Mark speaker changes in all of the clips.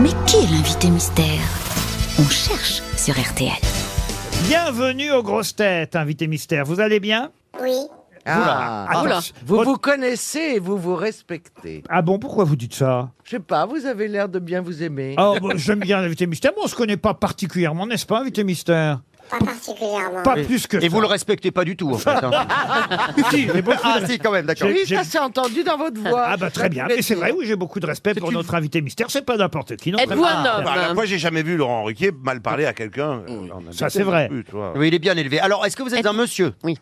Speaker 1: Mais qui est l'invité mystère On cherche sur RTL.
Speaker 2: Bienvenue aux grosses têtes, invité mystère. Vous allez bien
Speaker 3: Oui.
Speaker 4: Ah,
Speaker 2: Ah,
Speaker 4: Oula.
Speaker 2: votre-
Speaker 4: Vous vous connaissez et vous vous respectez.
Speaker 2: Ah bon, pourquoi vous dites ça
Speaker 4: Je sais pas, vous avez l'air de bien vous aimer.
Speaker 2: Oh, bah, j'aime bien l'invité mystère, mais on se connaît pas particulièrement, n'est-ce pas, invité mystère
Speaker 3: Pas particulièrement.
Speaker 2: Pas plus que
Speaker 5: Et
Speaker 2: ça.
Speaker 5: vous le respectez pas du tout, en fait. hein.
Speaker 2: Si, j'ai beaucoup
Speaker 5: ah
Speaker 2: de-
Speaker 5: si, quand même, d'accord.
Speaker 2: J'ai-
Speaker 4: oui,
Speaker 2: j'ai-
Speaker 4: ça s'est entendu dans votre voix.
Speaker 2: Ah bah très bien, mais c'est vrai, oui, j'ai beaucoup de respect pour notre invité mystère, c'est pas n'importe qui. non,
Speaker 6: Êtes-vous un homme hein
Speaker 7: Bah, là, moi, j'ai jamais vu Laurent Ruquier mal parler à quelqu'un. Euh,
Speaker 2: Ça, c'est vrai.
Speaker 5: Oui, il est bien élevé. Alors, est-ce que vous êtes un monsieur
Speaker 3: Oui.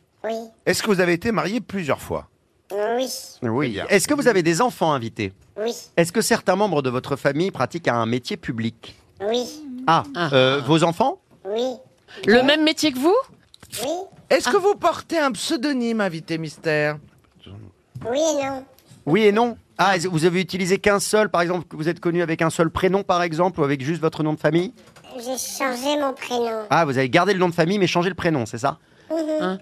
Speaker 7: Est-ce que vous avez été marié plusieurs fois
Speaker 3: Oui.
Speaker 5: Oui. Est-ce que vous avez des enfants invités
Speaker 3: Oui.
Speaker 5: Est-ce que certains membres de votre famille pratiquent un métier public
Speaker 3: Oui.
Speaker 5: Ah, euh, vos enfants
Speaker 3: Oui.
Speaker 6: Le même métier que vous
Speaker 3: Oui.
Speaker 4: Est-ce que vous portez un pseudonyme, invité mystère
Speaker 3: Oui et non.
Speaker 5: Oui et non Ah, est-ce que vous avez utilisé qu'un seul, par exemple, que vous êtes connu avec un seul prénom, par exemple, ou avec juste votre nom de famille
Speaker 3: J'ai changé mon prénom.
Speaker 5: Ah, vous avez gardé le nom de famille mais changé le prénom, c'est ça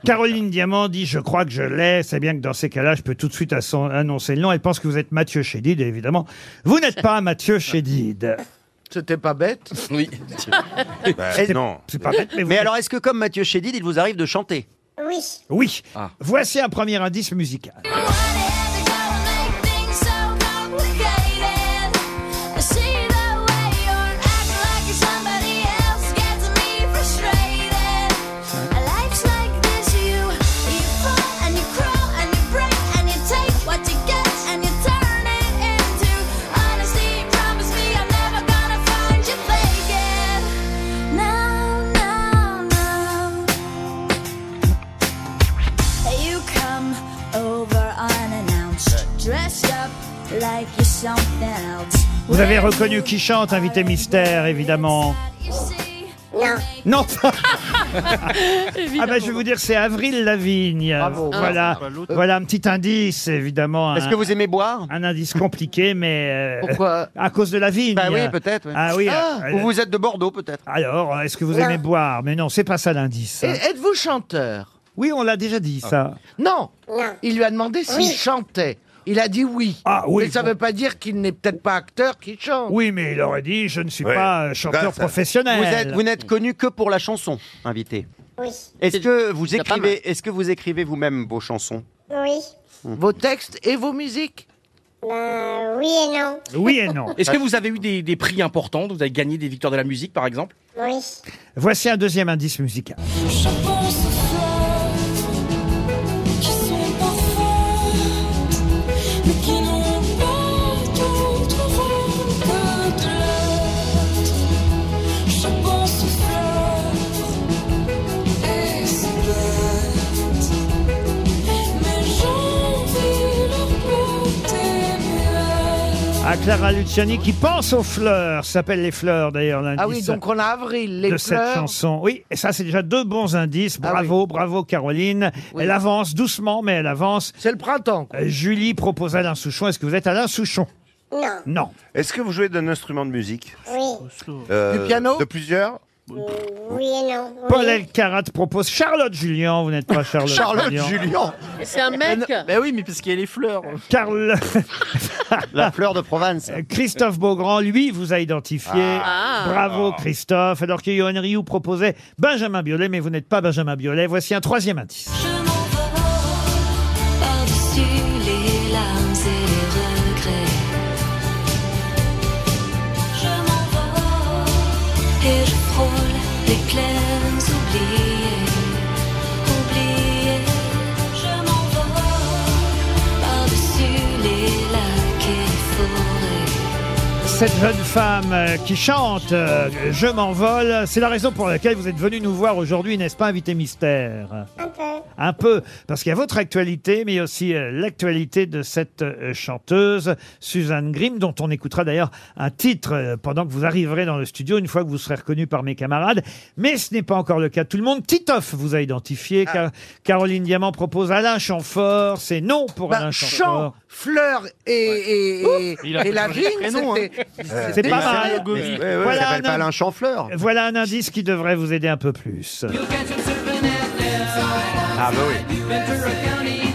Speaker 2: Caroline Diamant dit Je crois que je l'ai. C'est bien que dans ces cas-là, je peux tout de suite asso- annoncer le nom. Elle pense que vous êtes Mathieu Chédid, et évidemment. Vous n'êtes pas Mathieu Chédid.
Speaker 4: C'était pas bête
Speaker 2: C'est-
Speaker 7: Ben, Non.
Speaker 2: C'est pas bête, mais vous
Speaker 5: Mais
Speaker 2: êtes-
Speaker 5: alors, est-ce que comme Mathieu Chédid, il vous arrive de chanter
Speaker 3: Oui.
Speaker 2: Oui.
Speaker 5: Ah.
Speaker 2: Voici un premier indice musical.
Speaker 8: You come over unannounced, dressed up like you're something else.
Speaker 2: Vous avez reconnu qui chante, invité mystère, évidemment.
Speaker 3: Non.
Speaker 2: Non Ah ben je vais vous dire, c'est Avril Lavigne.
Speaker 4: Bravo.
Speaker 2: Voilà, voilà un petit indice, évidemment.
Speaker 5: Est-ce
Speaker 2: un-
Speaker 5: que vous aimez boire
Speaker 2: Un indice compliqué, mais... euh,
Speaker 4: Pourquoi
Speaker 2: À cause de la vigne.
Speaker 5: Bah oui, peut-être. ouais.
Speaker 2: Ah oui.
Speaker 4: Ah,
Speaker 2: euh,
Speaker 5: Ou vous êtes de Bordeaux, peut-être
Speaker 2: Alors, est-ce que vous aimez boire Mais non, c'est pas ça l'indice.
Speaker 4: Et Êtes-vous chanteur
Speaker 2: Oui, on l'a déjà dit, ça.
Speaker 9: Ah.
Speaker 4: Non
Speaker 3: Non.
Speaker 4: Il lui a demandé s'il
Speaker 3: Oui.
Speaker 4: chantait. Il a dit oui.
Speaker 2: Ah oui,
Speaker 4: Mais ça
Speaker 2: bon.
Speaker 4: veut pas dire qu'il n'est peut-être pas acteur qui chante.
Speaker 2: Oui, mais il aurait dit, je ne suis
Speaker 7: Ouais.
Speaker 2: pas euh, chanteur
Speaker 7: Grâce à-
Speaker 2: professionnel.
Speaker 5: Vous êtes- vous n'êtes connu que pour la chanson, invité.
Speaker 3: Oui.
Speaker 5: Est-ce que vous
Speaker 6: pas mal.
Speaker 5: écrivez, est-ce que vous écrivez vous-même vos chansons
Speaker 3: Oui.
Speaker 4: Vos textes et vos musiques
Speaker 3: Ben oui et non.
Speaker 2: Oui et non.
Speaker 10: Est-ce que vous avez eu des, des prix importants Vous avez gagné des victoires de la musique, par exemple
Speaker 3: Oui.
Speaker 2: Voici un deuxième indice musical.
Speaker 8: Je pense aux fleurs qui sont parfaites, mais qui n'ont pas d'autre rôle que de l'être. Je pense aux fleurs et c'est bête, mais j'envie leur beauté muette.
Speaker 2: À Clara Luciani qui pense aux fleurs, ça s'appelle les fleurs d'ailleurs l'indice.
Speaker 4: Ah oui, donc on a Avril, les
Speaker 2: de cette
Speaker 4: fleurs.
Speaker 2: chanson. Oui, et ça c'est déjà deux bons indices.
Speaker 4: Ah
Speaker 2: Bravo, bravo Caroline. Elle avance doucement, mais elle avance.
Speaker 4: C'est le printemps. quoi.
Speaker 2: Euh, Julie propose Alain Souchon. Est-ce que vous êtes Alain Souchon
Speaker 3: Non.
Speaker 2: Non.
Speaker 7: Est-ce que vous jouez d'un instrument de musique
Speaker 3: Oui.
Speaker 7: Euh,
Speaker 4: Du piano
Speaker 7: De plusieurs
Speaker 3: Oui et non. Oui.
Speaker 2: Paul Elkarat propose Charlotte Julien. Vous n'êtes pas Charlotte,
Speaker 5: Charlotte
Speaker 2: Julien.
Speaker 5: Julien,
Speaker 6: C'est
Speaker 2: Euh,
Speaker 6: un mec
Speaker 10: oui, mais parce qu'il y a les fleurs.
Speaker 2: Carl-
Speaker 5: la fleur de Provence.
Speaker 2: Euh, Christophe Beaugrand, lui, vous a identifié.
Speaker 6: Ah.
Speaker 2: Bravo Christophe. Alors que Johan Rioux proposait Benjamin Biolay, mais vous n'êtes pas Benjamin Biolay. Voici un troisième indice.
Speaker 8: Je m'envole par-dessus les larmes et les regrets. Je m'envole et je frôle les plaines oubliées, oubliées. Je m'envole par-dessus les lacs et les forêts.
Speaker 2: Cette jeune femme euh, qui chante euh, Je m'envole, c'est la raison pour laquelle vous êtes venu nous voir aujourd'hui, n'est-ce pas, invité mystère
Speaker 3: Un peu.
Speaker 2: Un peu, parce qu'il y a votre actualité, mais aussi euh, l'actualité de cette euh, chanteuse, Suzanne Grimm, dont on écoutera d'ailleurs un titre euh, pendant que vous arriverez dans le studio, une fois que vous serez reconnu par mes camarades. Mais ce n'est pas encore le cas de tout le monde. Titoff vous a identifié.
Speaker 3: Ah.
Speaker 2: Car- Caroline Diamant propose Alain Chamfort. C'est non pour
Speaker 4: Bah,
Speaker 2: Alain
Speaker 4: champ,
Speaker 2: Chamfort.
Speaker 4: fleurs et, et, et, et la vigne, c'était...
Speaker 2: C'est pas
Speaker 4: hein. mal.
Speaker 2: mal.
Speaker 7: Ouais, ouais,
Speaker 2: Voilà
Speaker 5: Ça
Speaker 2: un
Speaker 5: s'appelle pas
Speaker 2: homme.
Speaker 5: Alain Chanfleur.
Speaker 2: Voilà un indice qui devrait vous aider un peu plus.
Speaker 5: Ah bah oui.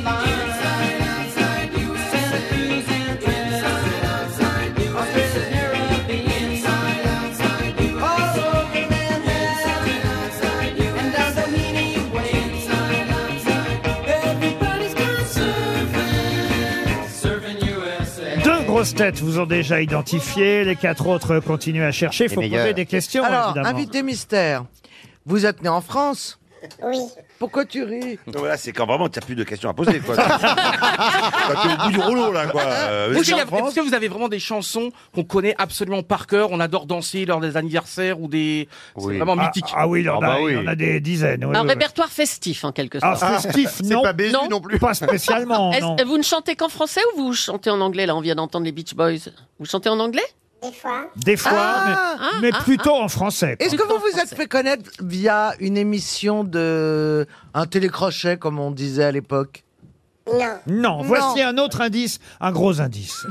Speaker 2: grosses têtes vous ont déjà identifié. Les quatre autres continuent à chercher. Il faut
Speaker 5: Les
Speaker 2: poser
Speaker 5: meilleurs.
Speaker 2: des questions,
Speaker 4: Alors,
Speaker 2: évidemment.
Speaker 4: invité mystère, vous êtes né en France
Speaker 3: oui.
Speaker 4: Pourquoi tu ris
Speaker 7: Voilà, c'est quand vraiment t'as plus de questions à poser, quoi. quand t'es au bout du rouleau, là, quoi. Euh,
Speaker 10: Vous, il
Speaker 7: c'est
Speaker 10: y
Speaker 7: en
Speaker 10: a-
Speaker 7: France.
Speaker 10: Est-ce que vous avez vraiment des chansons qu'on connaît absolument par cœur On adore danser lors des anniversaires ou des. C'est
Speaker 5: Oui.
Speaker 10: vraiment
Speaker 2: Ah,
Speaker 10: mythique.
Speaker 2: ah oui, il en,
Speaker 5: Ah
Speaker 2: a,
Speaker 5: bah
Speaker 2: il
Speaker 5: oui.
Speaker 2: en a des dizaines. oui,
Speaker 6: Un
Speaker 2: oui, oui.
Speaker 6: répertoire festif, en quelque
Speaker 2: Ah,
Speaker 6: sorte.
Speaker 2: festif,
Speaker 7: C'est
Speaker 2: non.
Speaker 7: pas Bézu
Speaker 6: Non.
Speaker 7: non, plus.
Speaker 2: Pas spécialement,
Speaker 6: Est-ce-
Speaker 2: non.
Speaker 6: vous ne chantez qu'en français ou vous chantez en anglais Là, on vient d'entendre les Beach Boys. Vous chantez en anglais
Speaker 3: Des fois,
Speaker 2: Des fois,
Speaker 4: Ah,
Speaker 2: mais, mais
Speaker 6: ah,
Speaker 2: plutôt en français. quoi.
Speaker 4: Est-ce que vous vous êtes fait connaître via une émission de. un télécrochet, comme on disait à l'époque
Speaker 3: non.
Speaker 2: Non, voici un autre indice, un gros indice.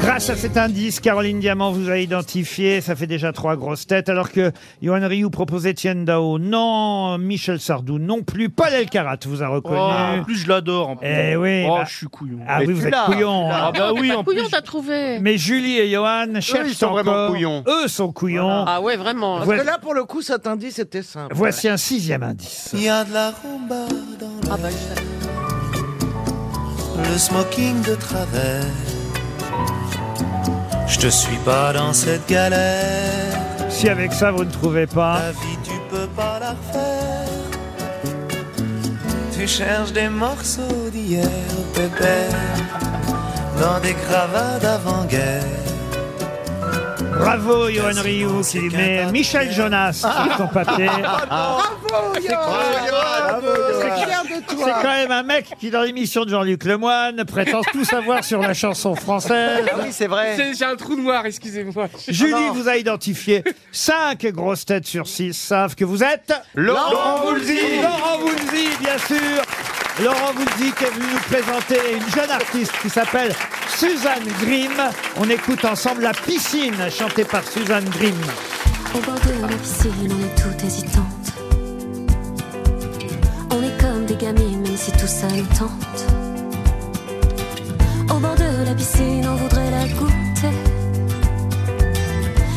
Speaker 2: Grâce à cet indice, Caroline Diamant vous a identifié. Ça fait déjà trois grosses têtes. Alors que Johan Rioux proposait Étienne Dao, non. Michel Sardou, non plus. Paul Elkarat vous a reconnu.
Speaker 9: Oh, plus, je l'adore. en plus.
Speaker 2: Eh oui,
Speaker 9: Oh,
Speaker 4: ben.
Speaker 2: bah-
Speaker 9: je suis couillon.
Speaker 2: ah
Speaker 5: mais
Speaker 2: oui, vous
Speaker 5: tu
Speaker 2: êtes
Speaker 5: l'as,
Speaker 2: couillon.
Speaker 5: tu l'as.
Speaker 9: Ah bah oui, en plus.
Speaker 6: Couillon, t'as trouvé
Speaker 2: Mais Julie et Johan cherchent
Speaker 5: ils sont
Speaker 2: encore.
Speaker 5: vraiment couillons.
Speaker 2: Eux sont couillons.
Speaker 6: Ah ouais, vraiment.
Speaker 4: Parce que là, pour le coup, cet indice était simple.
Speaker 2: Voici un sixième indice.
Speaker 8: Il y a de la rumba dans
Speaker 6: Ah bah, je-
Speaker 8: le smoking de travers. Je te suis pas dans cette galère.
Speaker 2: Si avec ça vous ne trouvez pas,
Speaker 9: Ah.
Speaker 8: La vie, tu peux pas la refaire. Tu cherches des morceaux d'hier, pépère, dans des cravates d'avant-guerre.
Speaker 2: bravo Johan
Speaker 5: Ah,
Speaker 2: Rioux qui met Michel Jonas sur son papier.
Speaker 4: Bravo, Johan
Speaker 2: Ah,
Speaker 4: C'est clair de
Speaker 2: C'est
Speaker 4: toi
Speaker 2: quand même un mec qui, dans l'émission de Jean-Luc Lemoyne, prétend tout savoir sur la chanson française.
Speaker 5: Ah oui, c'est vrai.
Speaker 10: C'est- J'ai un trou noir, excusez-moi.
Speaker 2: Julie vous a identifié. Cinq grosses têtes sur six savent que vous êtes...
Speaker 5: Laurent
Speaker 2: Voulzy Laurent Voulzy, bien sûr Laurent Voulzy qui est venu nous présenter une jeune artiste qui s'appelle Suzanne Grimm. On écoute ensemble La Piscine, chantée par Suzanne Grimm.
Speaker 11: Au bord de la piscine, on est tout hésitante. On est comme des gamines, même si tout ça nous tente. Au bord de la piscine, on voudrait la goûter.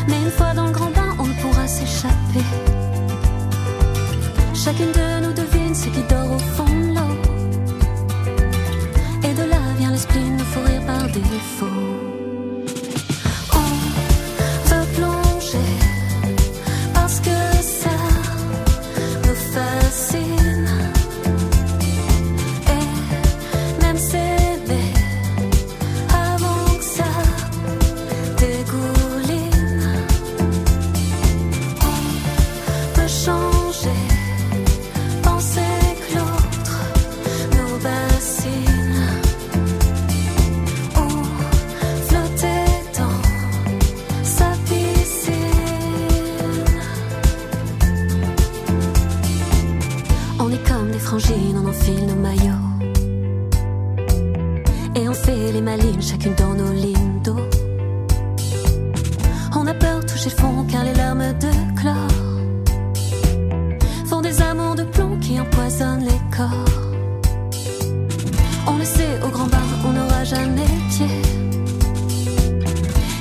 Speaker 11: Mais une fois dans le grand bain, on ne pourra s'échapper. Chacune de nous devine ce qui dort au fond de l'eau. Et de là vient le spleen, le fou rire par défaut. On veut plonger. Parce que ça nous fascine Et même s'aimer avant que ça dégouline On peut changer, penser que l'autre nous bassine Ou flotter dans sa piscine On est comme des frangines, on enfile nos maillots. Et on fait les malines, chacune dans nos lignes d'eau. On a peur de toucher le fond car les larmes de chlore font des amants de plomb qui empoisonnent les corps. On le sait, au grand bar, on n'aura jamais pied.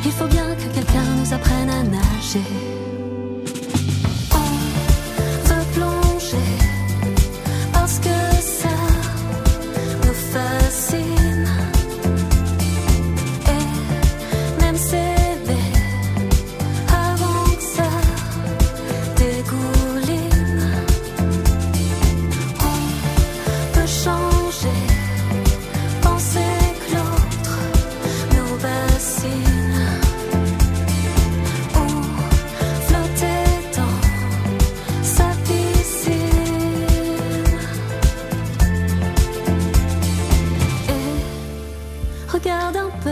Speaker 11: Il faut bien que quelqu'un nous apprenne à nager. On veut plonger. Parce que ça nous fascine Et même s'aimer avant que ça dégouline On peut changer, penser que l'autre nous bassine Ou flotter dans sa piscine Et regarde un peu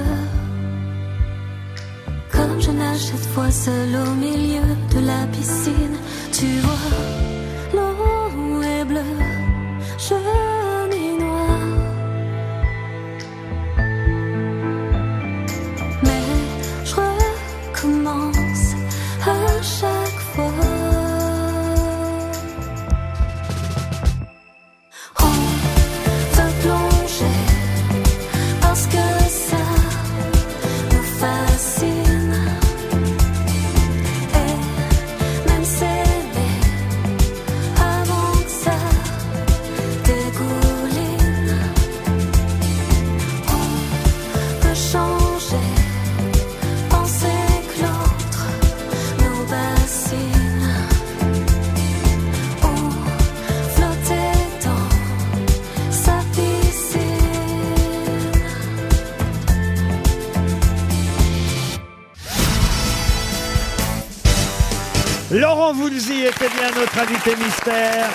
Speaker 11: Comme je nage cette fois seule au milieu de la piscine Tu vois, l'eau est bleue Je m'y noie Mais je recommence à chaque fois
Speaker 2: Laurent Voulzy était bien notre invité mystère.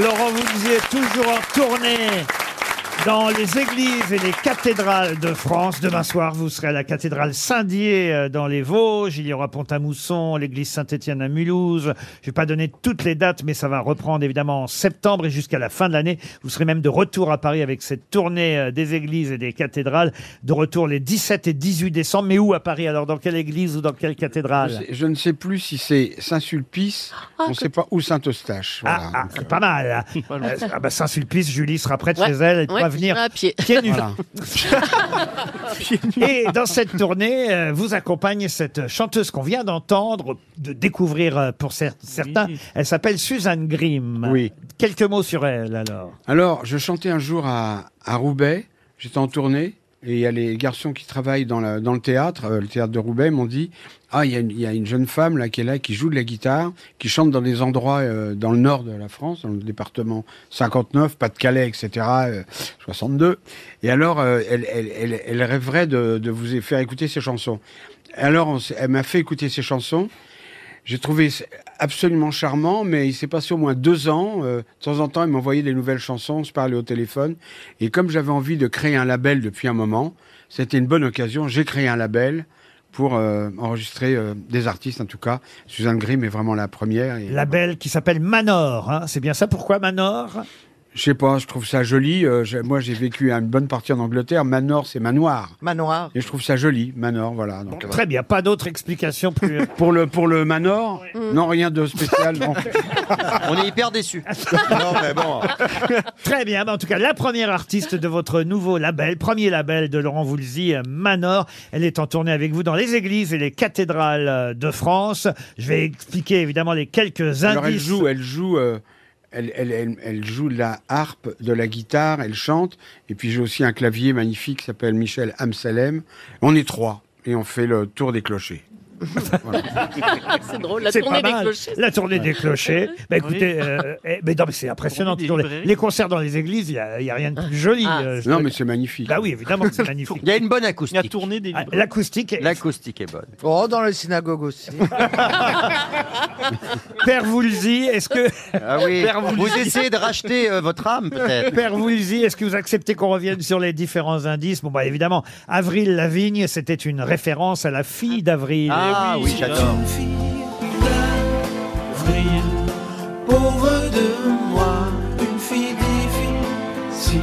Speaker 2: Laurent Voulzy est toujours en tournée dans les églises et les cathédrales de France. Demain soir, vous serez à la cathédrale Saint-Dié euh, dans les Vosges. Il y aura Pont-à-Mousson, l'église Saint-Étienne à Mulhouse. Je vais pas donner toutes les dates, mais ça va reprendre évidemment en septembre et jusqu'à la fin de l'année. Vous serez même de retour à Paris avec cette tournée euh, des églises et des cathédrales. De retour les 17 et 18 décembre. Mais où à Paris Alors, dans quelle église ou dans quelle cathédrale
Speaker 9: Je- Je ne sais plus si c'est Saint-Sulpice, on ne sait pas, ou Saint-Eustache. voilà.
Speaker 2: Ah, c'est pas mal.
Speaker 9: loin.
Speaker 2: Euh, ah bah Saint-Sulpice, Julie sera prête
Speaker 9: Ouais,
Speaker 2: chez elle. Elle
Speaker 9: ouais, Ah.
Speaker 2: pourra venir
Speaker 9: j'irai à pied.
Speaker 2: nus.
Speaker 9: Voilà.
Speaker 2: Et dans cette tournée, euh, vous accompagne cette chanteuse qu'on vient d'entendre, de découvrir euh, pour cer- certains. Elle s'appelle Suzanne Grimm. Oui. Quelques mots sur elle alors.
Speaker 9: Alors, je chantais un jour à, à Roubaix, j'étais en tournée, et il y a les garçons qui travaillent dans, la- dans le théâtre, euh, le théâtre de Roubaix, m'ont dit Ah, il y, a une- il y a une jeune femme là qui est là, qui joue de la guitare, qui chante dans des endroits euh, dans le nord de la France, dans le département 59, Pas-de-Calais, etc., euh, 62. Et alors, euh, elle, elle- elle- elle rêverait de, de vous e-, faire écouter ses chansons. Alors, on s'est- elle m'a fait écouter ses chansons. J'ai trouvé c- absolument charmant, mais il s'est passé au moins deux ans. euh, de temps en temps, il m'envoyait des nouvelles chansons, on se parlait au téléphone. Et comme j'avais envie de créer un label depuis un moment, c'était une bonne occasion. J'ai créé un label pour euh, enregistrer euh, des artistes, en tout cas. Suzanne Grimm est vraiment la première. Et...
Speaker 2: Label qui s'appelle Manor. hein. C'est bien ça. Pourquoi Manor
Speaker 9: Je sais pas, je trouve ça joli. euh, j'ai- moi, j'ai vécu une bonne partie en Angleterre. Manor, c'est manoir.
Speaker 4: Manoir.
Speaker 9: Et je trouve ça joli, Manor, voilà. Donc, euh,
Speaker 2: Très bien. Pas d'autre explication plus. euh,
Speaker 9: Pour le, pour le Manor, non, rien de spécial. non.
Speaker 5: On est hyper déçus.
Speaker 9: Non, mais bon.
Speaker 2: Très bien. Bah, en tout cas, la première artiste de votre nouveau label, premier label de Laurent Voulzy, euh, Manor. Elle est en tournée avec vous dans les églises et les cathédrales euh, de France. Je vais expliquer évidemment les quelques
Speaker 9: Alors elle
Speaker 2: indices.
Speaker 9: joue, elle joue, euh, elle, elle, elle, elle joue de la harpe, de la guitare, elle chante. Et puis j'ai aussi un clavier magnifique qui s'appelle Michel Amsalem. On est trois et on fait le tour des clochers.
Speaker 6: c'est drôle, la
Speaker 2: C'est
Speaker 6: tournée
Speaker 2: pas
Speaker 6: des
Speaker 2: mal.
Speaker 6: clochers.
Speaker 2: La tournée des clochers. Bah, écoutez,
Speaker 6: Oui.
Speaker 2: euh, eh, mais non, mais c'est impressionnant.
Speaker 6: Tournée Ah. des
Speaker 2: Toujours les,
Speaker 6: librairies.
Speaker 2: les concerts dans les églises, il n'y a, il y a rien de plus joli. euh, je
Speaker 9: non,
Speaker 2: dois-
Speaker 9: mais c'est magnifique.
Speaker 2: Bah oui, évidemment, que c'est magnifique. Ah,
Speaker 5: Il y a une bonne acoustique. Il a tourné des
Speaker 2: L'acoustique est...
Speaker 5: L'acoustique est bonne.
Speaker 4: Oh, dans les synagogues aussi.
Speaker 2: Père Woolsey, est-ce que.
Speaker 5: Ah oui.
Speaker 2: Père Woolsey.
Speaker 5: Vous essayez de racheter euh, votre âme, peut-être.
Speaker 2: Père Woolsey, est-ce que vous acceptez qu'on revienne sur les différents indices Bon, bah évidemment, Avril Lavigne, c'était une référence à la fille d'Avril. Eh
Speaker 5: Ah oui, j'adore.
Speaker 8: Avril, pauvre de moi, une fille difficile.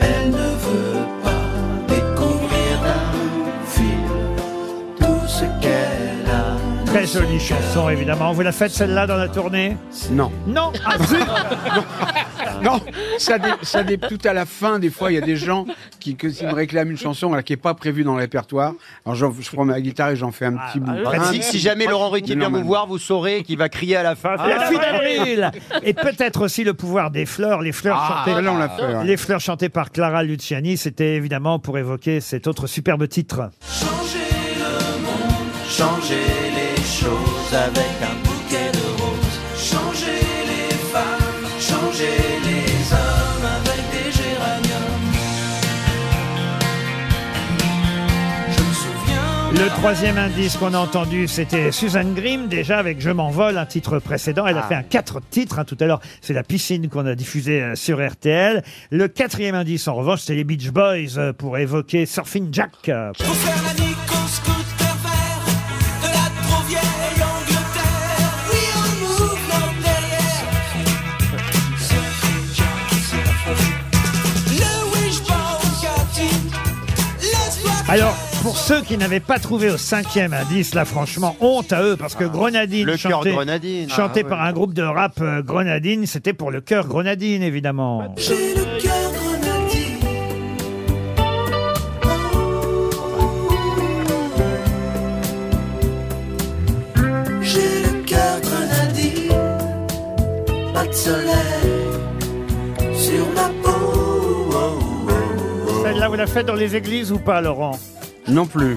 Speaker 8: Elle ne veut pas découvrir d'un fil tout ce qu'elle a.
Speaker 2: Très jolie chanson, évidemment. Vous la faites celle-là dans la tournée
Speaker 9: Non.
Speaker 2: Non Ah, zut
Speaker 9: Non, ça, dé, ça dé- tout à la fin, des fois, il y a des gens qui, que, qui me réclament une chanson voilà, qui n'est pas prévue dans le répertoire. Alors j'en- je prends ma guitare et j'en fais un
Speaker 7: Ah,
Speaker 9: petit bout.
Speaker 5: Bah,
Speaker 9: Un
Speaker 5: si,
Speaker 9: petit-
Speaker 5: si jamais Laurent Ruquier vient vous
Speaker 9: Normalement.
Speaker 5: voir, vous saurez qu'il va crier à la fin.
Speaker 2: la fille d'avril Et peut-être aussi le pouvoir des fleurs, les fleurs
Speaker 5: Ah,
Speaker 2: chantées.
Speaker 5: là, on l'a fait, ouais.
Speaker 2: Les fleurs chantées par Clara Luciani, c'était évidemment pour évoquer cet autre superbe titre.
Speaker 8: Changer le monde, changer les choses avec un bouquet de roses. Changer les femmes, changer les hommes avec des géraniums. Je me souviens.
Speaker 2: Le troisième indice qu'on a entendu, c'était Suzanne Grimm, déjà avec Je m'envole, un titre précédent. Elle a
Speaker 9: Ah.
Speaker 2: fait un quatre titres hein, tout à l'heure. C'est la piscine qu'on a diffusée euh, sur RTL. Le quatrième indice, en revanche, c'est les Beach Boys euh, pour évoquer Surfing Jack. Euh,
Speaker 8: Faut faire la nique au scooter vert de la trop vieille Angleterre. Oui, on ouvre nos derrière. Le wish laisse-toi
Speaker 2: Alors, pour ceux qui n'avaient pas trouvé au cinquième indice, là, franchement, honte à eux, parce que Ah. Grenadine,
Speaker 5: le cœur
Speaker 2: chanté,
Speaker 5: Grenadine.
Speaker 2: chanté
Speaker 5: Ah, ouais.
Speaker 2: par un groupe de rap euh, Grenadine, c'était pour le cœur Grenadine, évidemment.
Speaker 8: J'ai le cœur grenadier. J'ai le cœur grenadier. Pas de soleil sur ma peau.
Speaker 2: Celle-là, vous la faites dans les églises ou pas, Laurent
Speaker 9: Non plus.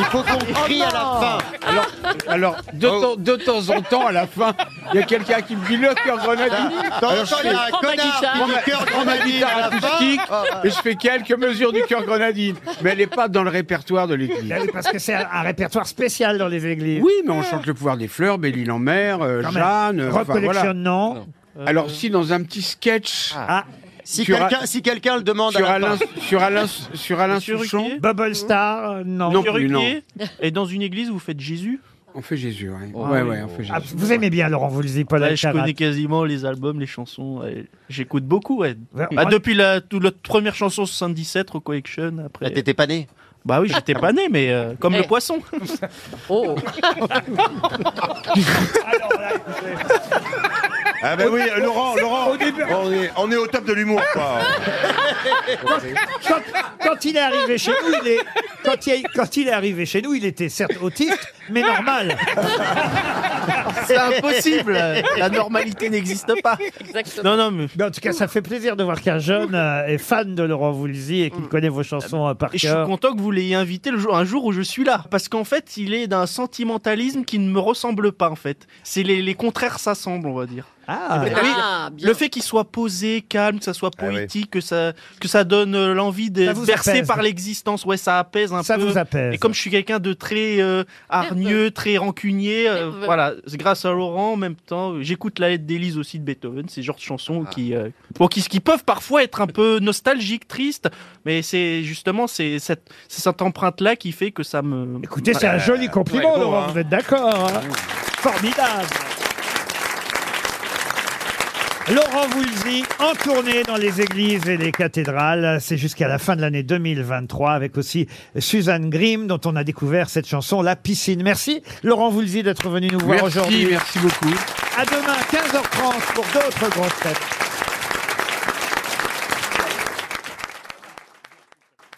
Speaker 5: Il faut qu'on crie à la fin.
Speaker 9: Alors, alors de, temps, de temps en temps, à la fin,
Speaker 7: Il y a quelqu'un qui me dit le cœur grenadine.
Speaker 12: T'entends,
Speaker 7: Alors, je
Speaker 12: il y a
Speaker 7: fais-
Speaker 12: un
Speaker 7: prends ma
Speaker 12: connard
Speaker 7: guitare,
Speaker 12: qui dit cœur
Speaker 7: prends ma
Speaker 12: grenadine à
Speaker 7: guitare
Speaker 12: la fin.
Speaker 7: acoustique
Speaker 12: Ah, ah.
Speaker 7: et je fais quelques mesures du cœur grenadine. Mais elle n'est pas dans le répertoire de l'église.
Speaker 2: Ah oui, parce que c'est un, un répertoire spécial dans les églises.
Speaker 7: Oui, mais on chante le pouvoir des fleurs, Belle-Île en mer, euh,
Speaker 2: Quand même.
Speaker 7: Jeanne. euh, enfin,
Speaker 2: Recollection,
Speaker 7: voilà.
Speaker 2: non.
Speaker 7: Alors, si dans un petit sketch.
Speaker 5: Si
Speaker 7: sur Al-
Speaker 5: quelqu'un si quelqu'un le demande
Speaker 7: Sur
Speaker 5: à la
Speaker 7: Alain,
Speaker 5: fin.
Speaker 7: sur Alain, sur Alain Souchon.
Speaker 2: Bubble Star, euh, non.
Speaker 7: Non plus, non.
Speaker 9: Et dans une église, vous faites Jésus
Speaker 7: On fait Jésus, ouais.
Speaker 9: Oh.
Speaker 7: ouais, ouais, on fait Jésus.
Speaker 2: Ah, vous aimez bien Laurent Voulzy, Paul
Speaker 9: Ouais, je
Speaker 2: Alcarat.
Speaker 9: connais quasiment les albums, les chansons. ouais. J'écoute beaucoup. ouais.
Speaker 2: Ouais, on
Speaker 9: Bah,
Speaker 2: parle-
Speaker 9: depuis la, tout- la première chanson 77, Recollection. Après.
Speaker 5: Ah, T'étais pas né
Speaker 9: Bah oui, j'étais pas né, mais euh, comme
Speaker 5: Eh.
Speaker 9: le poisson.
Speaker 6: Oh
Speaker 13: Ah ben oui, euh, Laurent, Laurent,
Speaker 2: Au début-
Speaker 13: on est, on est au top de l'humour, quoi.
Speaker 2: quand, quand il est arrivé chez nous, il est, quand, il, quand il est arrivé chez nous, il était certes autiste, mais normal.
Speaker 9: C'est impossible. La normalité n'existe pas.
Speaker 6: Exactement.
Speaker 9: Non, non, mais...
Speaker 2: en tout cas, ça fait plaisir de voir qu'un jeune euh, est fan de Laurent Voulzy et qu'il connaît vos chansons euh, par
Speaker 9: Mm. Et je suis
Speaker 2: cœur.
Speaker 9: content que vous l'ayez invité le jour, un jour où je suis là. Parce qu'en fait, il est d'un sentimentalisme qui ne me ressemble pas, en fait. C'est les, les contraires s'assemblent, on va dire.
Speaker 2: Ah,
Speaker 9: Oui,
Speaker 6: Ah, bien.
Speaker 9: le fait qu'il soit posé, calme, que ça soit
Speaker 2: oui.
Speaker 9: poétique, que, ça, que ça donne euh, l'envie de
Speaker 2: Ça vous
Speaker 9: bercer
Speaker 2: apaise.
Speaker 9: par l'existence, ouais, ça apaise un
Speaker 2: Ça
Speaker 9: peu.
Speaker 2: vous apaise.
Speaker 9: Et comme je suis quelqu'un de très euh, hargneux, très rancunier, euh,
Speaker 6: Nerveux.
Speaker 9: voilà, c'est grâce à Laurent, en même temps, euh, j'écoute la lettre d'Élise aussi de Beethoven, ces genres de chansons qui, euh, bon, qui, qui peuvent parfois être un peu nostalgiques, tristes, mais c'est justement c'est cette, c'est cette empreinte-là qui fait que ça me.
Speaker 2: Écoutez, c'est un joli compliment,
Speaker 9: ouais, bon,
Speaker 2: Laurent,
Speaker 9: hein.
Speaker 2: vous êtes d'accord hein Formidable Laurent Voulzy, en tournée dans les églises et les cathédrales. C'est jusqu'à la fin de l'année 2023 avec aussi Suzanne Grimm dont on a découvert cette chanson, La piscine. Merci Laurent Voulzy d'être venu nous voir
Speaker 7: Merci,
Speaker 2: aujourd'hui.
Speaker 7: merci beaucoup.
Speaker 2: À demain, 15h30 pour d'autres grosses têtes.